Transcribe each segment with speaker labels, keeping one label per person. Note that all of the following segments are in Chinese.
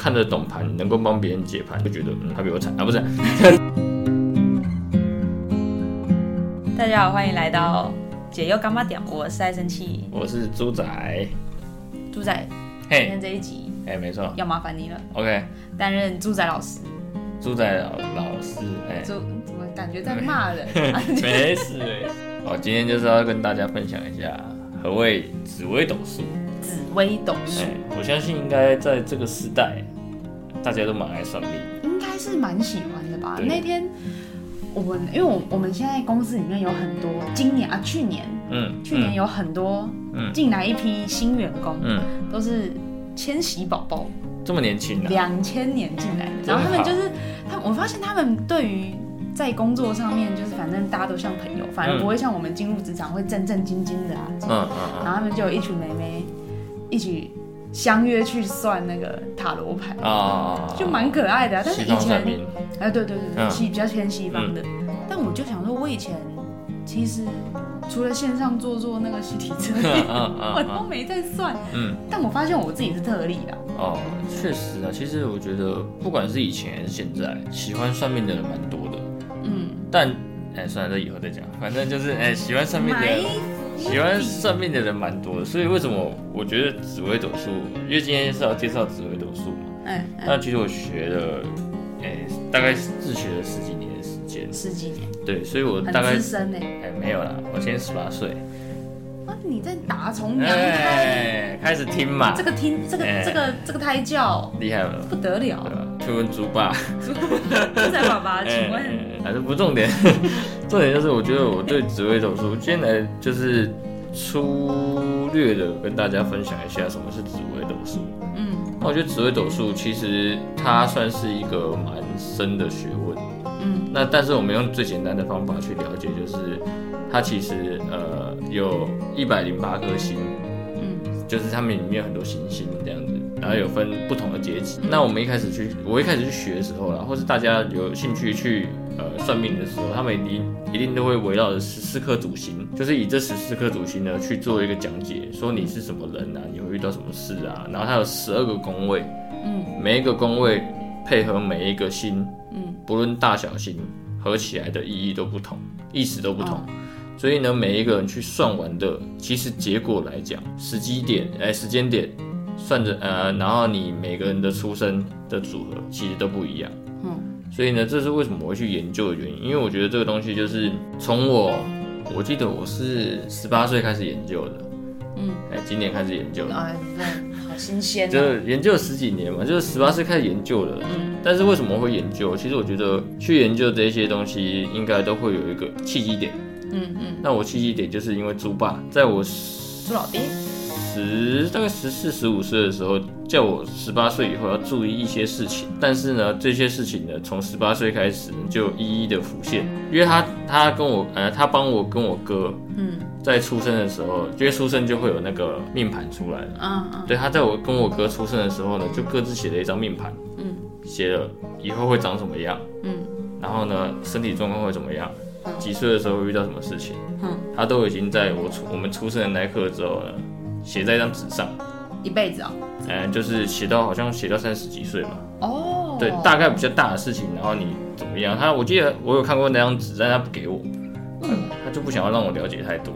Speaker 1: 看得懂盘，能够帮别人解盘，就觉得嗯，他比我惨啊，不是啊？
Speaker 2: 大家好，欢迎来到解忧干妈点，我是爱生气
Speaker 1: 我是猪仔，
Speaker 2: 猪仔。今
Speaker 1: 嘿，
Speaker 2: 天这一集
Speaker 1: 哎、没错
Speaker 2: 要麻烦你了，
Speaker 1: ，OK，
Speaker 2: 担任猪仔老师。
Speaker 1: 猪仔老老师，哎、
Speaker 2: 猪怎么感觉在骂人？
Speaker 1: 没事 没事。哦，今天就是要跟大家分享一下何谓紫微斗数。
Speaker 2: 紫薇斗数
Speaker 1: 哎、我相信应该在这个时代，大家都蛮爱算命。
Speaker 2: 应该是蛮喜欢的吧？
Speaker 1: 对
Speaker 2: 那天我们因为我我们现在公司里面有很多今年啊去年
Speaker 1: 嗯，
Speaker 2: 去年有很多
Speaker 1: 嗯
Speaker 2: 进来一批新员工，
Speaker 1: 嗯，嗯，
Speaker 2: 都是千禧宝宝。
Speaker 1: 这么年轻啊，
Speaker 2: 两千年进来的，
Speaker 1: 嗯
Speaker 2: 然后他们就是他，我发现他们对于在工作上面，就是反正大家都像朋友，反正不会像我们进入职场会战战兢兢的啊。
Speaker 1: 嗯嗯
Speaker 2: 然后他们就有一群妹妹一起相约去算那个塔罗牌
Speaker 1: 嗯，，啊，
Speaker 2: 就蛮可爱的、啊。但是
Speaker 1: 西
Speaker 2: 以
Speaker 1: 方
Speaker 2: 前
Speaker 1: 算， 命，
Speaker 2: 哎，对对对对，
Speaker 1: 嗯
Speaker 2: 西比较偏西方的。但我就想说，我以前其实除了线上做做那个习题 之
Speaker 1: 嗯
Speaker 2: 外，
Speaker 1: 嗯
Speaker 2: 我
Speaker 1: 嗯
Speaker 2: 都没在算。
Speaker 1: 嗯，
Speaker 2: 但我发现我自己是特例啊啦。
Speaker 1: 哦，确实啊，其实我觉得不管是以前还是现在，喜欢算命的人蛮多的，
Speaker 2: 嗯，
Speaker 1: 但哎、算了，这以后再讲，反正就是哎、喜欢算命的
Speaker 2: 埋
Speaker 1: 人。喜欢算命的人蛮多的，所以为什么我觉得紫微斗数，因为今天是要介绍紫微斗数嘛。
Speaker 2: 哎，哎
Speaker 1: 那其实我学了，哎、大概自学了十几年的时间，
Speaker 2: 十几年，
Speaker 1: 对，所以我
Speaker 2: 很
Speaker 1: 嗯大概
Speaker 2: 资深呢。
Speaker 1: 哎、没有啦，我现在十八岁，
Speaker 2: 啊，你在打从阳台，
Speaker 1: 哎、开始听嘛
Speaker 2: 这，个听这个
Speaker 1: 哎
Speaker 2: 这个这个胎教
Speaker 1: 厉害了，
Speaker 2: 不得
Speaker 1: 对啊
Speaker 2: 了。
Speaker 1: 吧？去问猪爸。
Speaker 2: 猪仔爸爸，啊请问
Speaker 1: 哎哎，反正不重点， 重点就是我觉得我对紫微斗数，今天来就是粗略的跟大家分享一下什么是紫微斗数。
Speaker 2: 嗯
Speaker 1: 那我觉得紫微斗数其实它算是一个蛮深的学问。
Speaker 2: 嗯
Speaker 1: 那但是我们用最简单的方法去了解，就是它其实呃有一百零八颗星，
Speaker 2: 嗯
Speaker 1: 就是他们里面有很多行星这样子，然后有分不同的阶级。那我们一开始去，我一开始去学的时候啦，或是大家有兴趣去呃算命的时候，他们一定一定都会围绕着十四颗主星，就是以这十四颗主星呢去做一个讲解，说你是什么人啊，你会遇到什么事啊，然后它有十二个宫位，
Speaker 2: 嗯
Speaker 1: 每一个宫位配合每一个星，
Speaker 2: 嗯，
Speaker 1: 不论大小星，合起来的意义都不同，意思都不同。
Speaker 2: 哦
Speaker 1: 所以呢，每一个人去算完的，其实结果来讲，时机点，哎、时间点，算着呃，然后你每个人的出生的组合其实都不一样。
Speaker 2: 嗯
Speaker 1: 所以呢，这是为什么我会去研究的原因，因为我觉得这个东西就是从我，我记得我是十八岁开始研究的，
Speaker 2: 嗯，
Speaker 1: 哎、今年开始研究的，
Speaker 2: 哎，那好新鲜
Speaker 1: 就
Speaker 2: 哦。
Speaker 1: 是研究了十几年嘛，就是十八岁开始研究的。
Speaker 2: 嗯
Speaker 1: 但是为什么会研究？其实我觉得去研究这些东西，应该都会有一个契机点。
Speaker 2: 嗯嗯，
Speaker 1: 那我契机点就是因为猪爸在我十
Speaker 2: 朱老爹，
Speaker 1: 大概十四十五岁的时候，叫我十八岁以后要注意一些事情。但是呢，这些事情呢，从十八岁开始就一一的浮现，因为他他跟我呃，他帮我跟我哥
Speaker 2: 嗯
Speaker 1: 在出生的时候，因为出生就会有那个命盘出来了。
Speaker 2: 嗯嗯
Speaker 1: 对，他在我跟我哥出生的时候呢，就各自写了一张命盘，
Speaker 2: 嗯
Speaker 1: 写了以后会长什么样。
Speaker 2: 嗯
Speaker 1: 然后呢，身体状况会怎么样
Speaker 2: 嗯？
Speaker 1: 几岁的时候会遇到什么事情？
Speaker 2: 嗯，
Speaker 1: 他都已经在我出我们出生的那一刻之后呢，写在一张纸上，
Speaker 2: 一辈子哦。
Speaker 1: 嗯、就是写到好像写到三十几岁吧，
Speaker 2: 哦，
Speaker 1: 对，大概比较大的事情，然后你怎么样？他我记得我有看过那张纸，但他不给我，
Speaker 2: 嗯
Speaker 1: 他就不想要让我了解太多，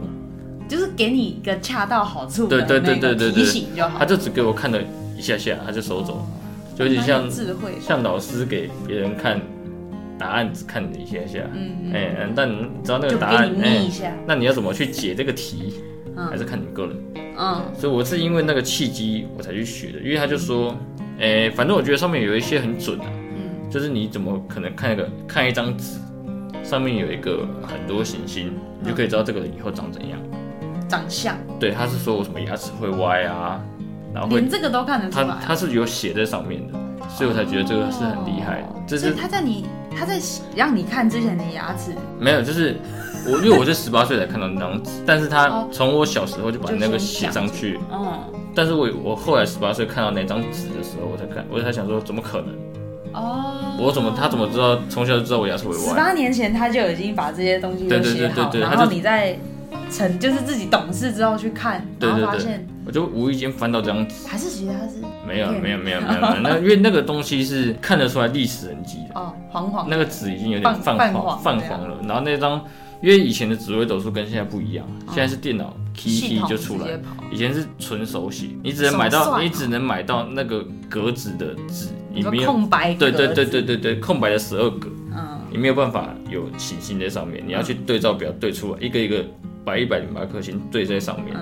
Speaker 2: 就是给你一个恰到好处的
Speaker 1: 对对对
Speaker 2: 那个
Speaker 1: 对对
Speaker 2: 提
Speaker 1: 对
Speaker 2: 醒就好
Speaker 1: 他，就只给我看了一下下，他就收走，就有点
Speaker 2: 蛮
Speaker 1: 像
Speaker 2: 有智慧的。
Speaker 1: 像老师给别人看答案，只看了一下下，
Speaker 2: 嗯
Speaker 1: 哎、嗯但你知道那个
Speaker 2: 就给
Speaker 1: 答案，
Speaker 2: 你
Speaker 1: 哎、
Speaker 2: 眯一下，
Speaker 1: 那你要怎么去解这个题？还
Speaker 2: 嗯
Speaker 1: 是看你个人。
Speaker 2: 嗯
Speaker 1: 所以我是因为那个契机我才去学的，因为他就说，诶、反正我觉得上面有一些很准啊，
Speaker 2: 嗯
Speaker 1: 就是你怎么可能看一个看一张纸，上面有一个很多行星，你就可以知道这个人以后长怎样。
Speaker 2: 长相，
Speaker 1: 对，他是说我什么牙齿会歪啊，然后会
Speaker 2: 连，这个都看得出
Speaker 1: 他
Speaker 2: 来。
Speaker 1: 他是有写在上面的，所以我才觉得这个是很厉害的
Speaker 2: 哦。
Speaker 1: 这
Speaker 2: 所
Speaker 1: 是
Speaker 2: 以他在你他在让你看之前，你牙齿
Speaker 1: 没有，就是我因为我是十八岁才看到那张纸，但是他
Speaker 2: 哦
Speaker 1: 从我小时候就把
Speaker 2: 就
Speaker 1: 那个
Speaker 2: 先
Speaker 1: 写
Speaker 2: 讲
Speaker 1: 上去，
Speaker 2: 嗯
Speaker 1: 但是我我后来十八岁看到那张纸的时候，我才看，我才想说，怎么可能？
Speaker 2: 哦，
Speaker 1: 我怎么他怎么知道？从小就知道我牙齿会
Speaker 2: 十
Speaker 1: 歪。
Speaker 2: 八年前他就已经把这些东西都
Speaker 1: 对对
Speaker 2: 写
Speaker 1: 对
Speaker 2: 好，
Speaker 1: 对对
Speaker 2: 然
Speaker 1: 他
Speaker 2: 后
Speaker 1: 就
Speaker 2: 你再成就是自己懂事之后去看，
Speaker 1: 对
Speaker 2: 然
Speaker 1: 对
Speaker 2: 后发
Speaker 1: 对
Speaker 2: 现
Speaker 1: 我就无意间翻到这张纸，
Speaker 2: 还是其实他是
Speaker 1: 没有没有没有没有，没 有那因为那个东西是看得出来历史痕迹的，
Speaker 2: 哦，黄黄
Speaker 1: 那个纸已经有点
Speaker 2: 泛
Speaker 1: 泛
Speaker 2: 泛
Speaker 1: 黄
Speaker 2: 黄
Speaker 1: 泛
Speaker 2: 对啊
Speaker 1: 黄了，然后那张因为以前的紫微斗数跟现在不一样，现在是电脑 key
Speaker 2: 哦系
Speaker 1: key
Speaker 2: 统
Speaker 1: 就出
Speaker 2: 直
Speaker 1: 来
Speaker 2: 接
Speaker 1: 了。
Speaker 2: 跑。
Speaker 1: 以前是纯手写，你只能买
Speaker 2: 手
Speaker 1: 到，
Speaker 2: 算啊
Speaker 1: 你只能买到那个格子的纸，
Speaker 2: 你
Speaker 1: 你
Speaker 2: 说
Speaker 1: 没有，
Speaker 2: 空白格
Speaker 1: 对
Speaker 2: 子，
Speaker 1: 对对对对对，空白的十二格，
Speaker 2: 嗯，
Speaker 1: 你没有办法有行星在上面，你要去对照表对出来，一个一个把一百零八颗星对在上面。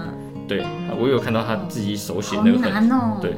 Speaker 1: 对，啊我有看到他自己手写
Speaker 2: 嗯好
Speaker 1: 那个痕迹，
Speaker 2: 难哦。
Speaker 1: 对，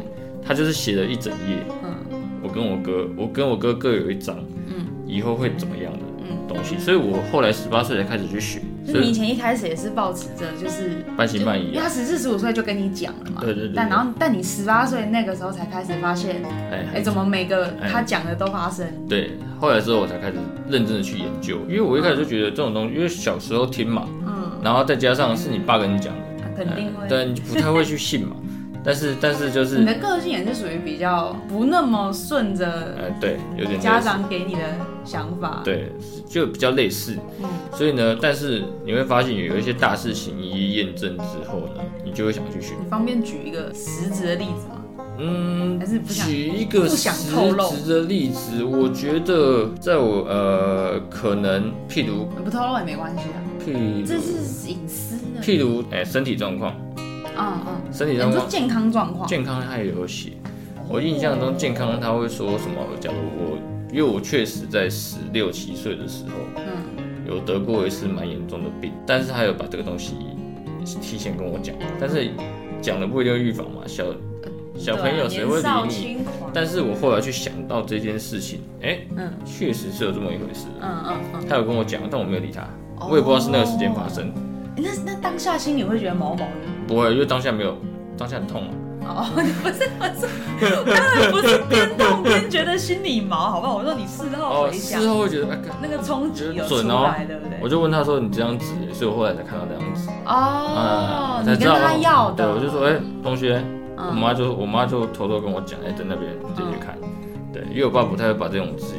Speaker 1: 他就是写了一整页。
Speaker 2: 嗯，
Speaker 1: 我跟我哥，我跟我哥各有一张，
Speaker 2: 嗯，
Speaker 1: 以后会怎么样的
Speaker 2: 嗯
Speaker 1: 东西，所以我后来十八岁才开始去学，
Speaker 2: 就
Speaker 1: 所
Speaker 2: 你以
Speaker 1: 以
Speaker 2: 前一开始也是抱持着就是
Speaker 1: 半信半
Speaker 2: 因
Speaker 1: 疑
Speaker 2: 为
Speaker 1: 啊。
Speaker 2: 他十四十五岁就跟你讲了嘛，
Speaker 1: 对对对
Speaker 2: 但然后但你十八岁那个时候才开始发现，哎、
Speaker 1: 哎，
Speaker 2: 怎么每个
Speaker 1: 哎
Speaker 2: 他讲的都发生？
Speaker 1: 对，后来之后我才开始认真的去研究，因为我一开始就觉得这种东西，因为小时候听嘛，
Speaker 2: 嗯，
Speaker 1: 然后再加上是你爸跟你讲的，
Speaker 2: 他肯定会。
Speaker 1: 呃对，你不太会去信 嘛。但是但是就
Speaker 2: 你
Speaker 1: 是，
Speaker 2: 的个性也是属于比较不那么顺着
Speaker 1: 呃，对，有点类似
Speaker 2: 家长给你的想法。，
Speaker 1: 对，就比较类似。
Speaker 2: 嗯
Speaker 1: 所以呢，但是你会发现有一些大事情一一验证之后呢，你就会想去学。
Speaker 2: 你方便举一个实质的例子吗？
Speaker 1: 嗯
Speaker 2: 还，是不想
Speaker 1: 举一个
Speaker 2: 不
Speaker 1: 实
Speaker 2: 想透露
Speaker 1: 质的例子，我觉得在我呃，可能譬如
Speaker 2: 不透露也没关系啊，
Speaker 1: 譬如
Speaker 2: 这是隐私的。
Speaker 1: 譬如哎、身体状况，
Speaker 2: 嗯嗯，
Speaker 1: 身体
Speaker 2: 你
Speaker 1: 状
Speaker 2: 说
Speaker 1: 况
Speaker 2: 健康状况，
Speaker 1: 健康他也有写。我印象中健康他会说什么？假如我因为我确实在十六七岁的时候
Speaker 2: 嗯，
Speaker 1: 有得过一次蛮严重的病，但是他有把这个东西提前跟我讲，但是讲了不一定会预防嘛，小小朋友谁会
Speaker 2: 对
Speaker 1: 理
Speaker 2: 啊年少
Speaker 1: 你？
Speaker 2: 轻狂
Speaker 1: 但是我后来去想到这件事情，哎、
Speaker 2: 嗯
Speaker 1: 确实是有这么一回事。
Speaker 2: 嗯嗯嗯，
Speaker 1: 他有跟我讲，但我没有理他，
Speaker 2: 哦
Speaker 1: 我也不知道是那个时间发生，
Speaker 2: 哎那那当下心里会觉得毛毛的。
Speaker 1: 不会，因为当下没有，当下很痛嘛。
Speaker 2: 哦， 不是，不是，当然不是边痛边觉得心里毛，好不好？我说你事后
Speaker 1: 哦，
Speaker 2: 回想，
Speaker 1: 事后会觉得，哎、干
Speaker 2: 那个冲击有出
Speaker 1: 准哦
Speaker 2: 来，对不对
Speaker 1: 我？就问他说：“你这张纸，所以我后来才看到那张纸。啊
Speaker 2: 哦，
Speaker 1: 才
Speaker 2: 你
Speaker 1: 呃知
Speaker 2: 跟
Speaker 1: 道
Speaker 2: 他要的，
Speaker 1: 对，我就说：“哎、同学，我
Speaker 2: 嗯，
Speaker 1: 妈就我妈就偷偷跟我讲，哎、在那边你自己去看。
Speaker 2: 嗯
Speaker 1: 对，因为我爸不太会把这种字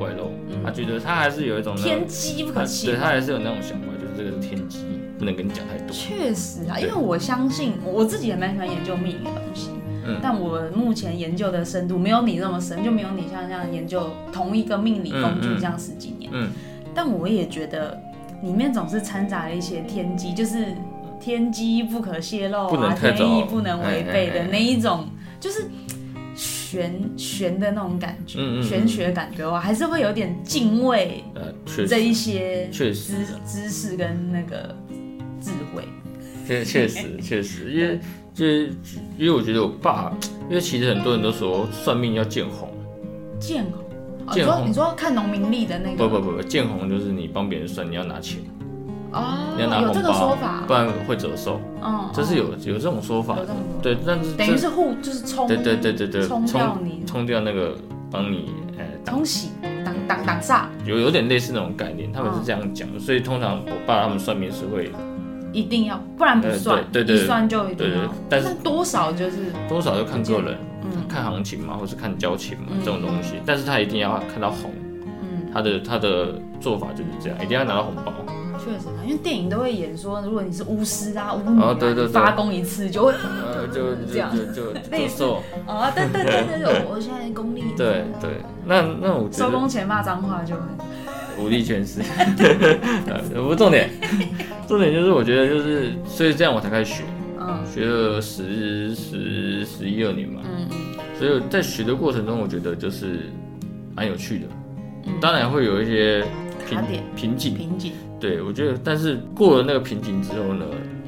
Speaker 1: 外露，他觉得他还是有一种那
Speaker 2: 天
Speaker 1: 种，
Speaker 2: 嗯机不
Speaker 1: 他
Speaker 2: 可
Speaker 1: 对
Speaker 2: 泄
Speaker 1: 他还是有那种想法，就是这个是天机，不能跟你讲太多。
Speaker 2: 确实啊，
Speaker 1: 对
Speaker 2: 因为我相信我我自己也蛮喜欢研究命理的东西，
Speaker 1: 嗯
Speaker 2: 但我目前研究的深度没有你那么深，就没有你像这样研究同一个命理工具
Speaker 1: 嗯嗯
Speaker 2: 这样十几年。
Speaker 1: 嗯
Speaker 2: 但我也觉得里面总是掺杂了一些天机，就是天机不可泄露
Speaker 1: 不能
Speaker 2: 啊，
Speaker 1: 太
Speaker 2: 天
Speaker 1: 早
Speaker 2: 意不能违背
Speaker 1: 哎哎
Speaker 2: 的
Speaker 1: 哎
Speaker 2: 那一种，就是玄玄的那种感觉，
Speaker 1: 嗯嗯嗯
Speaker 2: 玄学感觉，我还是会有点敬畏
Speaker 1: 呃，确
Speaker 2: 这
Speaker 1: 实，
Speaker 2: 一些
Speaker 1: 确实
Speaker 2: 知知识跟那个智慧。
Speaker 1: 确确 实确实，因为就是因为我觉得我爸，因为其实很多人都说算命要见红，
Speaker 2: 见红，哦你
Speaker 1: 见
Speaker 2: 说
Speaker 1: 红
Speaker 2: 你说看农民历的那
Speaker 1: 不
Speaker 2: 个，
Speaker 1: 不不不，见红就是你帮别人算，你要拿钱，
Speaker 2: 哦，
Speaker 1: 你要拿红
Speaker 2: 有
Speaker 1: 包，
Speaker 2: 这个说法
Speaker 1: 不，然会折寿，
Speaker 2: 嗯，
Speaker 1: 这是有有这种说法
Speaker 2: 有这
Speaker 1: 的
Speaker 2: 种说法，
Speaker 1: 对，但是
Speaker 2: 等于
Speaker 1: 这
Speaker 2: 是互就是冲，
Speaker 1: 对对对对对，
Speaker 2: 冲掉你
Speaker 1: 冲掉那个帮你呃挡，
Speaker 2: 冲洗挡挡挡煞，
Speaker 1: 有有点类似那种概念，他们是
Speaker 2: 嗯
Speaker 1: 这样讲，所以通常我爸他们算命是会
Speaker 2: 一定要，不然不算，
Speaker 1: 呃对对对
Speaker 2: 一算就一定要。
Speaker 1: 对对但是
Speaker 2: 多少就是，
Speaker 1: 多少要看个人，
Speaker 2: 嗯
Speaker 1: 看行情嘛，或是看交情嘛
Speaker 2: 嗯
Speaker 1: 这种东西，但是他一定要看到红。
Speaker 2: 嗯，
Speaker 1: 他的他的做法就是这样，一定要拿到红包。
Speaker 2: 确实啊，因为电影都会演说，如果你是巫师啊、巫女啊，
Speaker 1: 哦对对对
Speaker 2: 你发功一次就会
Speaker 1: 呃，就
Speaker 2: 这样
Speaker 1: 就就
Speaker 2: 类
Speaker 1: 就
Speaker 2: 似
Speaker 1: 收，
Speaker 2: 啊，对对对对对，我现在功力
Speaker 1: 对对。那那我觉
Speaker 2: 收
Speaker 1: 得
Speaker 2: 工前骂脏话就很，
Speaker 1: 武力全失，呃，不重点，重点就是我觉得就是，所以这样我才开始学，
Speaker 2: 嗯
Speaker 1: 学了十十十一二年吧。
Speaker 2: 嗯
Speaker 1: 所以在学的过程中，我觉得就是蛮有趣的，
Speaker 2: 嗯，
Speaker 1: 当然会有一些瓶
Speaker 2: 卡点
Speaker 1: 瓶颈，
Speaker 2: 嗯瓶颈。
Speaker 1: 对我觉得，但是过了那个瓶颈之后呢，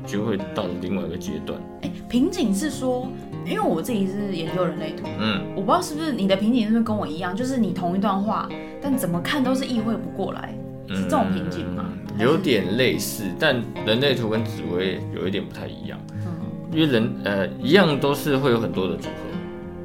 Speaker 1: 就会到了另外一个阶段。
Speaker 2: 哎，瓶颈是说，因为我自己是研究人类图，
Speaker 1: 嗯，
Speaker 2: 我不知道是不是你的瓶颈是不是跟我一样，就是你同一段话，但怎么看都是意会不过来，是这种瓶颈吗？
Speaker 1: 嗯有点类似，但人类图跟紫薇有一点不太一样，
Speaker 2: 嗯，
Speaker 1: 因为人呃一样都是会有很多的组合，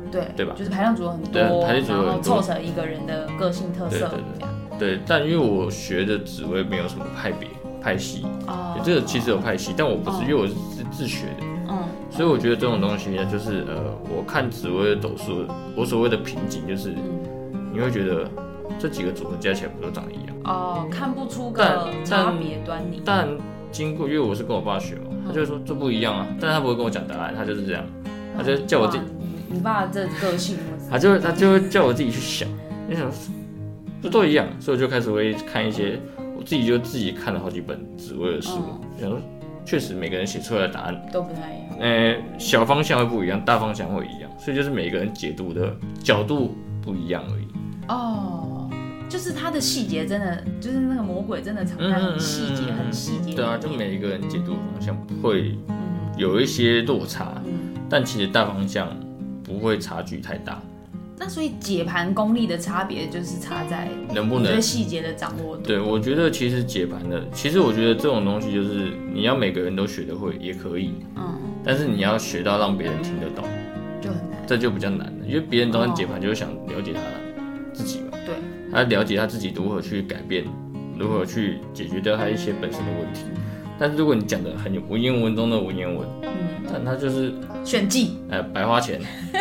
Speaker 2: 对
Speaker 1: 对吧
Speaker 2: 就是排量组合很多，
Speaker 1: 对啊排列组合
Speaker 2: 然后
Speaker 1: 很多
Speaker 2: 凑成一个人的个性特
Speaker 1: 对
Speaker 2: 色
Speaker 1: 对对
Speaker 2: 这样。
Speaker 1: 对，但因为我学的紫薇没有什么派别派系，
Speaker 2: 哦
Speaker 1: 这个其实有派系，但我不是，
Speaker 2: 哦
Speaker 1: 因为我是自自学的。
Speaker 2: 嗯
Speaker 1: 所以我觉得这种东西呢，就是呃，我看紫薇的斗数，我所谓的瓶颈就是，
Speaker 2: 嗯
Speaker 1: 你会觉得这几个组合加起来不都长得一样？
Speaker 2: 哦，看不出
Speaker 1: 但
Speaker 2: 个
Speaker 1: 但
Speaker 2: 差别端倪。
Speaker 1: 但经过，因为我是跟我爸学嘛，他他就会说这不一样啊，但是他不会跟我讲答案，他就是这样，他就叫我自己
Speaker 2: 嗯哇你你爸这个性，我
Speaker 1: 他就他就会叫我自己去想，你想不都一样，所以我就开始会看一些，我自己就自己看了好几本紫薇的书，想说确实每个人写出来的答案，
Speaker 2: 都不太 一样。
Speaker 1: 呃，小方向会不一样，大方向会一样，所以就是每个人解读的角度不一样而已。
Speaker 2: 哦，就是他的细节真的，就是那个魔鬼真的藏
Speaker 1: 嗯
Speaker 2: 在很细节、很细节。
Speaker 1: 对啊，就每一个人解读方向会
Speaker 2: 嗯
Speaker 1: 有一些落差，
Speaker 2: 嗯。
Speaker 1: 但其实大方向不会差距太大，
Speaker 2: 那所以解盘功力的差别就是差在
Speaker 1: 能不
Speaker 2: 你
Speaker 1: 能
Speaker 2: 对细节的掌握度。
Speaker 1: 对，我觉得其实解盘的，其实我觉得这种东西就是你要每个人都学得会也可以，
Speaker 2: 嗯，
Speaker 1: 但是你要学到让别人听得懂，
Speaker 2: 就很难。
Speaker 1: 这就比较难了，因为别人当然解盘就是想了解他自己嘛，
Speaker 2: 对，
Speaker 1: 他了解他自己如何去改变，如何去解决掉他一些本身的问题。但是如果你讲的很有文言文中的文言文，
Speaker 2: 嗯，
Speaker 1: 但他就是
Speaker 2: 选技
Speaker 1: 呃白花钱，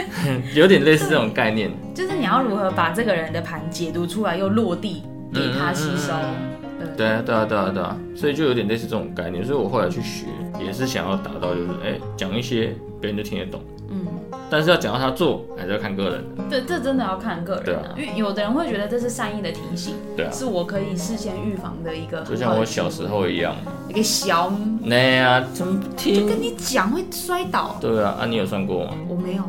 Speaker 1: 有点类似这种概念，
Speaker 2: 就是你要如何把这个人的盘解读出来，又落地给他吸收。
Speaker 1: 对
Speaker 2: 对
Speaker 1: 啊，对啊，对啊，对啊，所以就有点类似这种概念，所以我后来去学，也是想要达到就是，哎、讲一些别人就听得懂，
Speaker 2: 嗯，
Speaker 1: 但是要讲到他做，还是要看个人的，
Speaker 2: 对，这真的要看个
Speaker 1: 对
Speaker 2: 人
Speaker 1: 啊
Speaker 2: 啊，因为有的人会觉得这是善意的提醒，
Speaker 1: 对啊，
Speaker 2: 是我可以事先预防的一个很
Speaker 1: 就
Speaker 2: 好的
Speaker 1: 像我小时候一样，
Speaker 2: 一个小，
Speaker 1: 那呀、怎么不
Speaker 2: 就
Speaker 1: 听？
Speaker 2: 跟你讲会摔倒，
Speaker 1: 对啊，啊，你有算过吗？
Speaker 2: 我没有，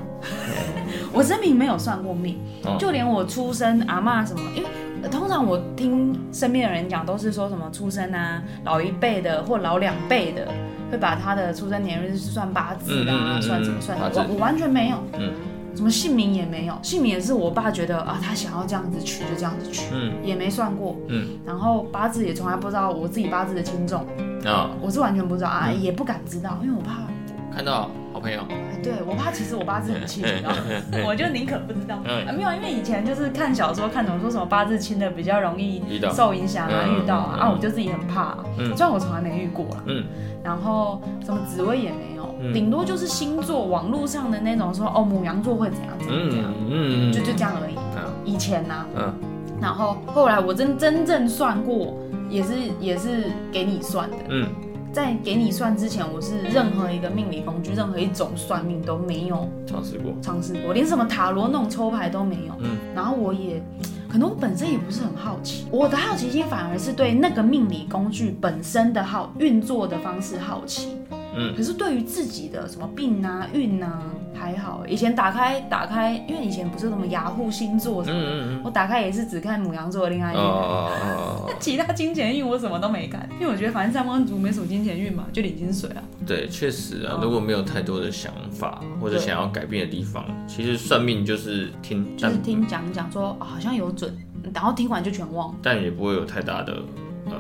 Speaker 2: 我真名没有算过命，
Speaker 1: 嗯
Speaker 2: 就连我出生阿嬷什么，因为。呃通常我听身边的人讲，都是说什么出生啊，老一辈的或老两辈的，会把他的出生年月日算八字
Speaker 1: 嗯嗯
Speaker 2: 啊，
Speaker 1: 嗯
Speaker 2: 算什么算什么
Speaker 1: 八。字
Speaker 2: 我我完全没有，
Speaker 1: 嗯
Speaker 2: 什么姓名也没有，姓名也是我爸觉得啊，他想要这样子取就这样子取，
Speaker 1: 嗯
Speaker 2: 也没算过。
Speaker 1: 嗯，
Speaker 2: 然后八字也从来不知道我自己八字的轻重，
Speaker 1: 啊，
Speaker 2: 我是完全不知道啊，
Speaker 1: 嗯
Speaker 2: 也不敢知道，因为我怕
Speaker 1: 看到好朋友，
Speaker 2: 哎对我爸其实我八字很轻，你 知道吗，我就宁可不知道。
Speaker 1: 嗯
Speaker 2: 啊，没有，因为以前就是看小说看懂说什么八字轻的比较容易
Speaker 1: 遇到
Speaker 2: 受影响啊，
Speaker 1: 嗯
Speaker 2: 遇到啊，
Speaker 1: 嗯
Speaker 2: 啊，我就自己很怕啊。
Speaker 1: 嗯
Speaker 2: 虽然我从来没遇过啦，
Speaker 1: 嗯
Speaker 2: 然后什么紫薇也没有
Speaker 1: 嗯，
Speaker 2: 顶多就是星座网络上的那种说哦母羊座会怎样怎样怎样，
Speaker 1: 嗯嗯，
Speaker 2: 就就这样而已。
Speaker 1: 嗯
Speaker 2: 以前呐，
Speaker 1: 嗯
Speaker 2: 然后后来我真真正算过，也是也是给你算的。
Speaker 1: 嗯，
Speaker 2: 在给你算之前，我是任何一个命理工具，任何一种算命都没有
Speaker 1: 尝试过，
Speaker 2: 尝试过，连什么塔罗那种抽牌都没有。
Speaker 1: 嗯
Speaker 2: 然后我也，可能我本身也不是很好奇，我的好奇心反而是对那个命理工具本身的好运作的方式好奇。
Speaker 1: 嗯
Speaker 2: 可是对于自己的什么病啊、运啊，还好。以前打开打开，因为以前不是什么雅虎星座
Speaker 1: 嗯
Speaker 2: 什么的，
Speaker 1: 嗯嗯，
Speaker 2: 我打开也是只看母羊座的恋爱运。
Speaker 1: 哦，
Speaker 2: 其他金钱运我什么都没看，因为我觉得反正上班族没什么金钱运嘛，就领薪水啊。
Speaker 1: 对，确实啊，如果没有太多的想法或者想要改变的地方，其实算命就是听，
Speaker 2: 就是
Speaker 1: 但
Speaker 2: 听讲一讲说、哦好像有准，然后听完就全忘。
Speaker 1: 但也不会有太大的呃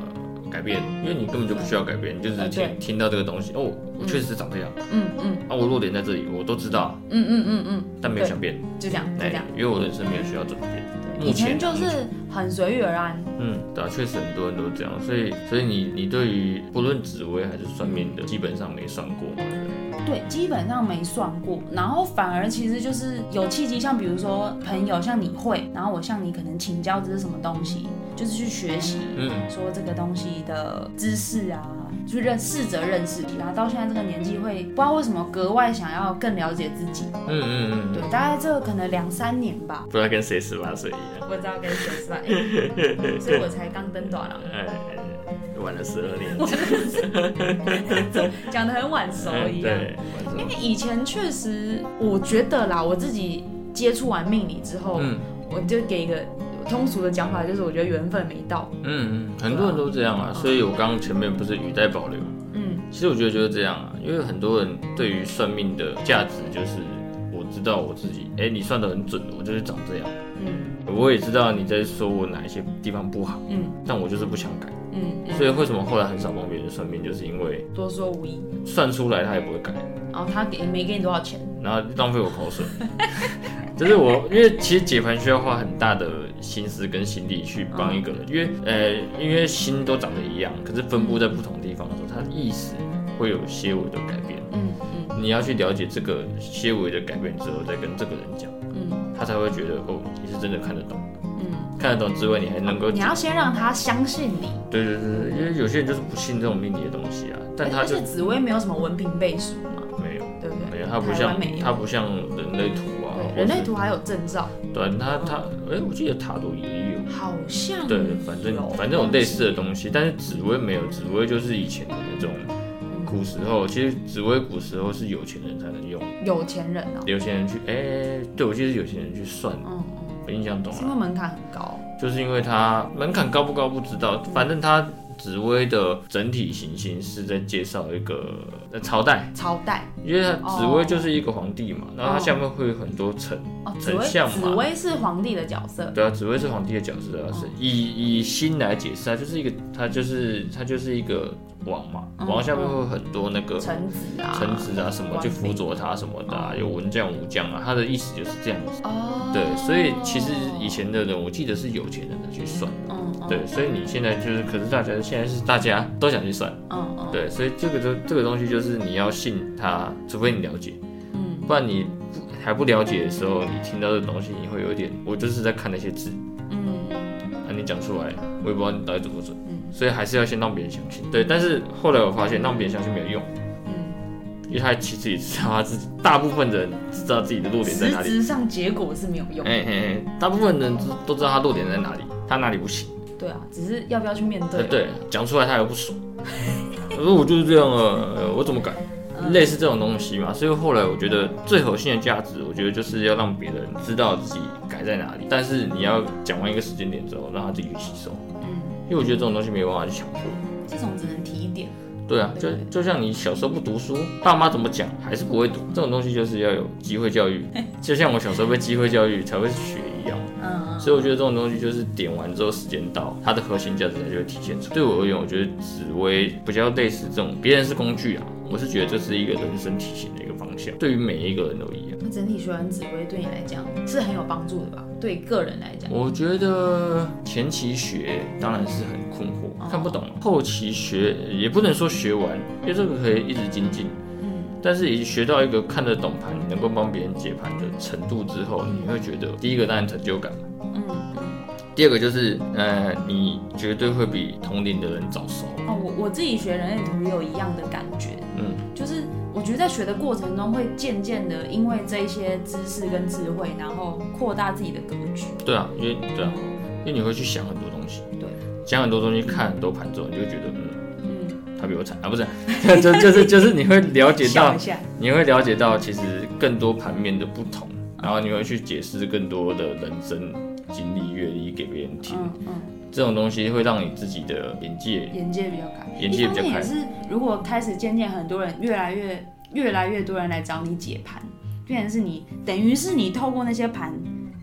Speaker 1: 改变，因为你根本就不需要改变，你就只是
Speaker 2: 呃对
Speaker 1: 听听到这个东西，哦，我确实长这样，
Speaker 2: 嗯嗯
Speaker 1: 啊，我弱点在这里，我都知道，
Speaker 2: 嗯嗯嗯嗯，
Speaker 1: 但没有想变，
Speaker 2: 就这样就这样。
Speaker 1: 因为我人生没有需要怎么变。目前
Speaker 2: 以前就是很随遇而安，
Speaker 1: 嗯，对啊，确实很多人都这样，所以所以你你对于不论紫薇还是算命
Speaker 2: 嗯
Speaker 1: 的，基本上没算过嘛，对不对
Speaker 2: 对，基本上没算过。然后反而其实就是有契机，像比如说朋友像你会，然后我向你可能请教这是什么东西，就是去学习。
Speaker 1: 嗯
Speaker 2: 说这个东西的知识啊，去认试着认识，然后到现在这个年纪会不知道为什么格外想要更了解自己。
Speaker 1: 嗯嗯
Speaker 2: 对
Speaker 1: 嗯，，
Speaker 2: 大概这可能两三年吧，
Speaker 1: 不知道跟谁十八岁一样，
Speaker 2: 不知道该谁 算，哎所以我才刚登 短啊了，
Speaker 1: 哎，晚了十二 年。
Speaker 2: 讲的很晚熟
Speaker 1: 哎
Speaker 2: 一样。
Speaker 1: 对，晚上
Speaker 2: 因为以前确实，我觉得啦，我自己接触完命理之后，
Speaker 1: 嗯
Speaker 2: 我就给一个通俗的讲法，就是我觉得缘分没到。
Speaker 1: 嗯，嗯，很多人都这样啊，所以我刚刚前面不是语带保留。
Speaker 2: 嗯
Speaker 1: 其实我觉得就是这样啊，因为很多人对于算命的价值就是，我知道我自己，哎、你算的很准，我就是长这样。
Speaker 2: 嗯
Speaker 1: 我也知道你在说我哪一些地方不好，
Speaker 2: 嗯
Speaker 1: 但我就是不想改。
Speaker 2: 嗯嗯，
Speaker 1: 所以为什么后来很少帮别人算命，就是因为
Speaker 2: 多说无益。
Speaker 1: 算出来他也不会改，
Speaker 2: 然后他给没给你多少钱？
Speaker 1: 然后浪费我口水。 就是我，因为其实解盘需要花很大的心思跟心力去帮一个人，因为呃，因为心都长得一样，可是分布在不同地方的时候，它的意识会有些微的改变。
Speaker 2: 嗯嗯。
Speaker 1: 你要去了解这个些微的改变之后，再跟这个人讲，
Speaker 2: 嗯
Speaker 1: 他才会觉得哦，你是真的看得懂，
Speaker 2: 嗯，
Speaker 1: 看得懂之外，你还能够
Speaker 2: 你要先让他相信你。
Speaker 1: 对对对，对因为有些人就是不信这种命理的东西啊，但他
Speaker 2: 而
Speaker 1: 就
Speaker 2: 且紫薇没有什么文凭背书嘛，
Speaker 1: 没有
Speaker 2: 对不对？
Speaker 1: 没有，他不
Speaker 2: 哎台湾
Speaker 1: 像
Speaker 2: 没有
Speaker 1: 他不像人类图啊，
Speaker 2: 对，
Speaker 1: 或
Speaker 2: 人类
Speaker 1: 是
Speaker 2: 图还有证照，
Speaker 1: 对他他哎，我记得塔罗也有。
Speaker 2: 好像
Speaker 1: 对，反正
Speaker 2: 嗯有
Speaker 1: 反正有类似的东西，但是紫薇没有，紫薇就是以前的那种古时候，其实紫薇古时候是有钱人才能用，
Speaker 2: 有钱人哦，
Speaker 1: 有钱人去哎、对我记得是有钱人去算，
Speaker 2: 嗯嗯，
Speaker 1: 我印象懂啊
Speaker 2: 是因
Speaker 1: 了，
Speaker 2: 为门槛很高，
Speaker 1: 就是因为它门槛高不高不知道，反正它紫薇的整体行星是在介绍一个呃朝代，
Speaker 2: 朝代
Speaker 1: 因为它紫薇就是一个皇帝嘛，然后它下面会有很多层，
Speaker 2: 哦，紫
Speaker 1: 丞
Speaker 2: 薇
Speaker 1: 相嘛
Speaker 2: 紫薇是皇帝的角色，
Speaker 1: 对啊，紫薇是皇帝的角色啊，是
Speaker 2: 哦
Speaker 1: 以以心来解释，它就是一个，它就是它就是一个王嘛，
Speaker 2: 嗯
Speaker 1: 王下面会有很多那个
Speaker 2: 臣子啊，
Speaker 1: 臣子啊什么
Speaker 2: 官
Speaker 1: 去
Speaker 2: 兵
Speaker 1: 辅佐他什么的、啊，有文将武将啊，他的意思就是这样子。
Speaker 2: 哦，
Speaker 1: 对，所以其实以前的人，我记得是有钱人的去算，
Speaker 2: 嗯，嗯
Speaker 1: 对，所以你现在就是，可是大家现在是大家都想去算，
Speaker 2: 嗯嗯，
Speaker 1: 对，所以这个都这个东西就是你要信他，除非你了解，
Speaker 2: 嗯
Speaker 1: 不然你不还不了解的时候，你听到这东西你会有点，我就是在看那些字，
Speaker 2: 嗯
Speaker 1: 啊，你讲出来，我也不知道你到底准不准，
Speaker 2: 嗯
Speaker 1: 所以还是要先让别人相信。对，但是后来我发现让别人相信没有用，
Speaker 2: 嗯，
Speaker 1: 因为他其实也知道他自己，大部分的人知道自己的弱点在
Speaker 2: 实
Speaker 1: 哪里。
Speaker 2: 质上结果是没有用的，
Speaker 1: 哎哎哎，大部分人都都知道他弱点在哪里，他哪里不行。
Speaker 2: 对啊，只是要不要去面
Speaker 1: 对
Speaker 2: 对，
Speaker 1: 呃对，讲出来他又不爽。我说我就是这样啊，呃我怎么改？
Speaker 2: 嗯
Speaker 1: 类似这种东西嘛，所以后来我觉得最核心的价值，我觉得就是要让别人知道自己改在哪里，但是你要讲完一个时间点之后，让他自己去吸收，
Speaker 2: 嗯，
Speaker 1: 因为我觉得这种东西没有办法去强迫。
Speaker 2: 这种只能提一点，
Speaker 1: 对啊，就
Speaker 2: 对对
Speaker 1: 就像你小时候不读书，爸妈怎么讲还是不会读，这种东西就是要有机会教 育，就像我小时候被机会教育才会学一样。
Speaker 2: 嗯嗯
Speaker 1: 所以我觉得这种东西就是点完之后时间到，它的核心价值才就会体现出来。对我而言，我觉得紫薇比较类似这种，别人是工具啊，我是觉得这是一个人生体型的一个方向，对于每一个人都一样。
Speaker 2: 那整体学完紫薇对你来讲是很有帮助的吧？对个人来讲，
Speaker 1: 我觉得前期学当然是很困惑，看不懂；后期学也不能说学完，因为这个可以一直精进。
Speaker 2: 嗯
Speaker 1: 但是已经学到一个看得懂盘，你能够帮别人解盘的程度之后，你会觉得第一个当然成就感，
Speaker 2: 嗯嗯，
Speaker 1: 第二个就是呃，你绝对会比同龄的人早熟。
Speaker 2: 哦，我我自己学人类图也有一样的感觉，
Speaker 1: 嗯，
Speaker 2: 就是我觉得在学的过程中，会渐渐的因为这一些知识跟智慧，然后扩大自己的格局。
Speaker 1: 对啊，因为对啊，因为你会去想很多东西，
Speaker 2: 对，
Speaker 1: 想很多东西，看很多盘之后，你就会觉得嗯，
Speaker 2: 嗯，
Speaker 1: 他比我惨啊， 不是， 就就是就是你会了解
Speaker 2: 笑
Speaker 1: 到
Speaker 2: 一，下，
Speaker 1: 你会了解到其实更多盘面的不同，然后你会去解释更多的人生经历阅历给别人听，
Speaker 2: 嗯嗯，
Speaker 1: 这种东西会让你自己的眼界
Speaker 2: 眼界比较开，
Speaker 1: 眼界比较开
Speaker 2: 一方面也是，如果开始渐渐很多人越来越越来越多人来找你解盘，变成是你等于是你透过那些盘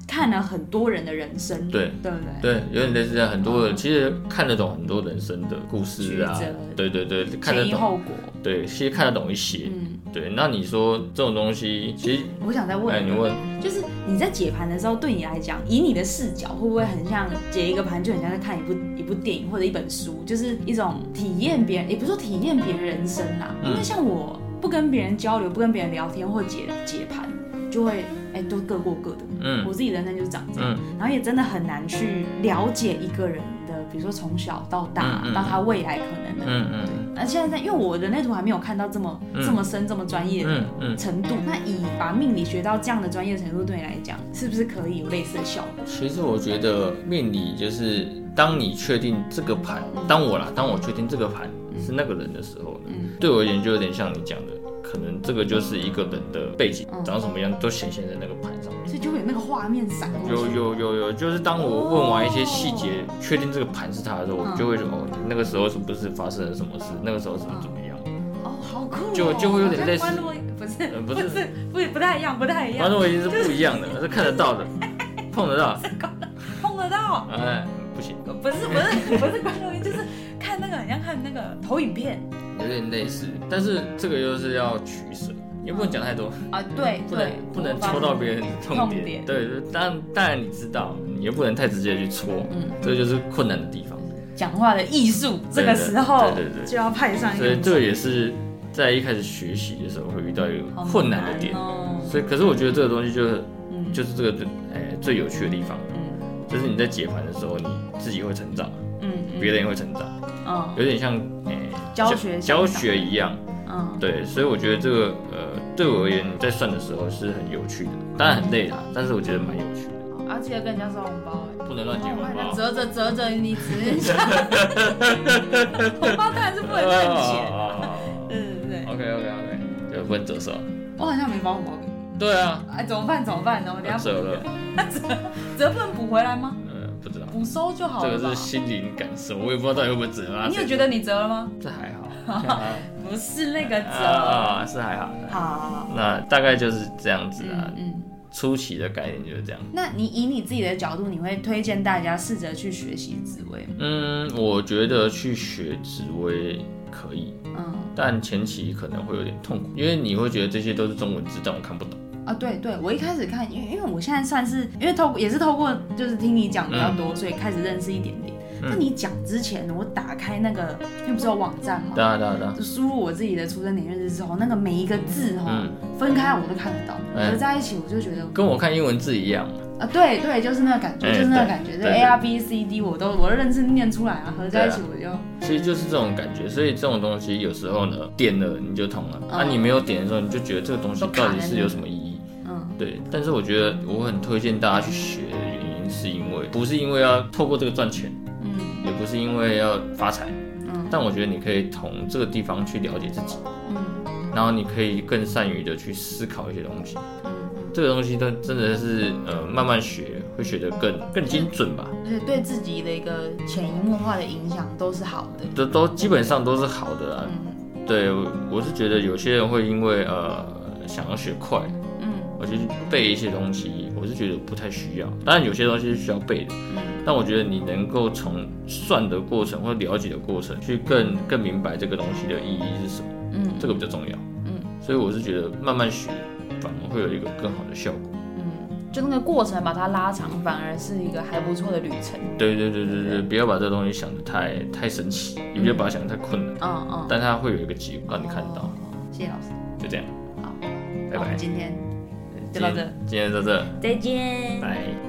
Speaker 2: 看了很多人的人生，
Speaker 1: 对
Speaker 2: 对不对？
Speaker 1: 对，有点类似这样，很多人其实看得懂很多人生的故事啊
Speaker 2: 嗯曲折，
Speaker 1: 对对对，看得
Speaker 2: 前因
Speaker 1: 懂，
Speaker 2: 后果。
Speaker 1: 对，其实看得懂一些，
Speaker 2: 嗯，
Speaker 1: 对。那你说这种东西，其实，
Speaker 2: 我想再问
Speaker 1: 哎，
Speaker 2: 一个
Speaker 1: 你问，
Speaker 2: 就是你在解盘的时候，对你来讲，以你的视角，会不会很像解一个盘，就很像在看一部一部电影或者一本书，就是一种体验别人，也不是说体验别人人生啦。
Speaker 1: 嗯
Speaker 2: 因为像我不跟别人交流，不跟别人聊天或解解盘，就会哎都各过各的。
Speaker 1: 嗯
Speaker 2: 我自己人生就是长这样，
Speaker 1: 嗯
Speaker 2: 然后也真的很难去了解一个人的，比如说从小到大、
Speaker 1: 嗯嗯嗯
Speaker 2: 到他未来可能的。
Speaker 1: 嗯嗯
Speaker 2: 那现在在，因为我人类图还没有看到这么、
Speaker 1: 嗯
Speaker 2: 这么深、这么专业的
Speaker 1: 嗯嗯，
Speaker 2: 程度，那以把命理学到这样的专业程度，对你来讲，是不是可以有类似的效果？
Speaker 1: 其实我觉得命理就是，当你确定这个盘，当我啦，当我确定这个盘是那个人的时候呢，
Speaker 2: 嗯
Speaker 1: 对我而言就有点像你讲的，可能这个就是一个人的背景
Speaker 2: 嗯
Speaker 1: 长什么样都显现在那个盘上面。
Speaker 2: 所以就会有那个画面闪过
Speaker 1: 有
Speaker 2: 去。
Speaker 1: 有有有，就是当我问完一些细节，确定这个盘是他的时候，我
Speaker 2: 嗯
Speaker 1: 就会说哦，那个时候是不是发生了什么事？那个时候怎么怎么样？
Speaker 2: 哦，好酷哦、
Speaker 1: 就就会有点类似
Speaker 2: 好像关洛不是、
Speaker 1: 呃
Speaker 2: 不
Speaker 1: 不
Speaker 2: 是
Speaker 1: 是
Speaker 2: 不不太一样，不太一
Speaker 1: 观
Speaker 2: 样，
Speaker 1: 众已经是不一样 的，是看得到的，碰得到，
Speaker 2: 碰得到。
Speaker 1: 哎，不行，
Speaker 2: 不是不是不是关洛音，就是看那个很像看那个投影片
Speaker 1: 有点类似，但是这个又是要取舍，也不能讲太多，
Speaker 2: 啊，对
Speaker 1: 不能
Speaker 2: 对，
Speaker 1: 不能
Speaker 2: 我发
Speaker 1: 戳
Speaker 2: 现
Speaker 1: 到别人的痛
Speaker 2: 痛
Speaker 1: 点。
Speaker 2: 点
Speaker 1: 对，对当然当然你知道，你也不能太直接去戳，
Speaker 2: 嗯
Speaker 1: 这就是困难的地方。
Speaker 2: 讲话的艺术，这个
Speaker 1: 对对
Speaker 2: 时候
Speaker 1: 对对对
Speaker 2: 就要派上一
Speaker 1: 所
Speaker 2: 个
Speaker 1: 以这个也是在一开始学习的时候会遇到一个
Speaker 2: 好
Speaker 1: 困难的点。
Speaker 2: 哦，
Speaker 1: 所以，可是我觉得这个东西就是
Speaker 2: 嗯
Speaker 1: 就是这个最哎、最有趣的地方，
Speaker 2: 嗯
Speaker 1: 就是你在解盘的时候，你自己会成长，
Speaker 2: 嗯
Speaker 1: 别
Speaker 2: 嗯
Speaker 1: 人也会成长，
Speaker 2: 嗯
Speaker 1: 有点像诶、
Speaker 2: 教学
Speaker 1: 教
Speaker 2: 相长
Speaker 1: 学一样。
Speaker 2: 嗯，
Speaker 1: 对，所以我觉得这个呃，对我而言，你在算的时候是很有趣的，当然很累啦，但是我觉得蛮有趣的，
Speaker 2: 好啊，记得跟人家收红包哎。
Speaker 1: 不能乱捡红包。
Speaker 2: 折着折着，你只剩下红包，当然是不能赚钱。
Speaker 1: 哦
Speaker 2: 对对对，
Speaker 1: OK OK OK，对，不能折手。
Speaker 2: 我好像没包红包给你，
Speaker 1: 对啊，
Speaker 2: 哎，怎么办？怎么办？我等一下
Speaker 1: 折了，
Speaker 2: 折不能补回来吗？
Speaker 1: 嗯，不知道，
Speaker 2: 补收就好
Speaker 1: 这
Speaker 2: 了吧
Speaker 1: 个是。心灵感受，我也不知道到底会不会折啊。
Speaker 2: 你有
Speaker 1: 谁
Speaker 2: 觉得你折了吗？
Speaker 1: 这还好？
Speaker 2: 不是那个折。
Speaker 1: 啊，是还好。
Speaker 2: 好好好好，
Speaker 1: 那大概就是这样子啊
Speaker 2: 嗯，嗯。
Speaker 1: 初期的概念就是这样。
Speaker 2: 那你以你自己的角度，你会推荐大家试着去学习紫薇吗？
Speaker 1: 嗯，我觉得去学紫薇可以，
Speaker 2: 嗯，
Speaker 1: 但前期可能会有点痛苦，因为你会觉得这些都是中文字，但我看不懂。
Speaker 2: 啊，对对，我一开始看，因为因为我现在算是因为透也是透过就是听你讲比较
Speaker 1: 嗯
Speaker 2: 多，所以开始认识一点点。那你讲之前，我打开那个，因为不是有网站嘛，
Speaker 1: 对啊，对啊，对啊。
Speaker 2: 就输入我自己的出生年月日之后，那个每一个字哦，
Speaker 1: 嗯
Speaker 2: 分开我都看得到，
Speaker 1: 哎
Speaker 2: 合在一起我就觉得
Speaker 1: 跟我看英文字一样，
Speaker 2: 啊，对对，就是那个感觉，
Speaker 1: 哎
Speaker 2: 就是那个
Speaker 1: 对
Speaker 2: 感觉，这
Speaker 1: 对对
Speaker 2: A R B C D 我都我都认真念出来啊，合在一起我就、
Speaker 1: 其实就是这种感觉。所以这种东西有时候呢，点了你就通了，那、啊
Speaker 2: 嗯
Speaker 1: 你没有点的时候，你就觉得这个东西
Speaker 2: 都卡
Speaker 1: 到
Speaker 2: 在
Speaker 1: 底
Speaker 2: 那
Speaker 1: 是有什么意义？
Speaker 2: 嗯
Speaker 1: 对，但是我觉得我很推荐大家去学的原因，是因为不是因为要透过这个赚钱，
Speaker 2: 嗯
Speaker 1: 也不是因为要发财，
Speaker 2: 嗯
Speaker 1: 但我觉得你可以从这个地方去了解自己，
Speaker 2: 嗯
Speaker 1: 然后你可以更善于的去思考一些东西。
Speaker 2: 嗯，
Speaker 1: 这个东西都真的是呃慢慢学，会学得更更精准吧。
Speaker 2: 而且对自己的一个潜移默化的影响都是好的。
Speaker 1: 这都基本上都是好的啦。
Speaker 2: 嗯
Speaker 1: 对，我我是觉得有些人会因为呃想要学快，
Speaker 2: 嗯
Speaker 1: 而去背一些东西，我是觉得不太需要。当然有些东西是需要背的，
Speaker 2: 嗯
Speaker 1: 但我觉得你能够从算的过程或了解的过程去更更明白这个东西的意义是什么，
Speaker 2: 嗯
Speaker 1: 这个比较重要。
Speaker 2: 嗯，
Speaker 1: 所以我是觉得慢慢学，反而会有一个更好的效果。
Speaker 2: 嗯，就那个过程把它拉长，反而是一个还不错的旅程。
Speaker 1: 对对对对对，不要把这个东西想得太太神奇，也不要把它想得太困难，
Speaker 2: 嗯嗯，
Speaker 1: 但它会有一个结果让你看到
Speaker 2: 哦。。谢谢老师，
Speaker 1: 就这样，
Speaker 2: 好，
Speaker 1: 拜
Speaker 2: 那我
Speaker 1: 拜
Speaker 2: 们。今天
Speaker 1: 今
Speaker 2: 就到
Speaker 1: 天今天到这，
Speaker 2: 再见。
Speaker 1: 拜。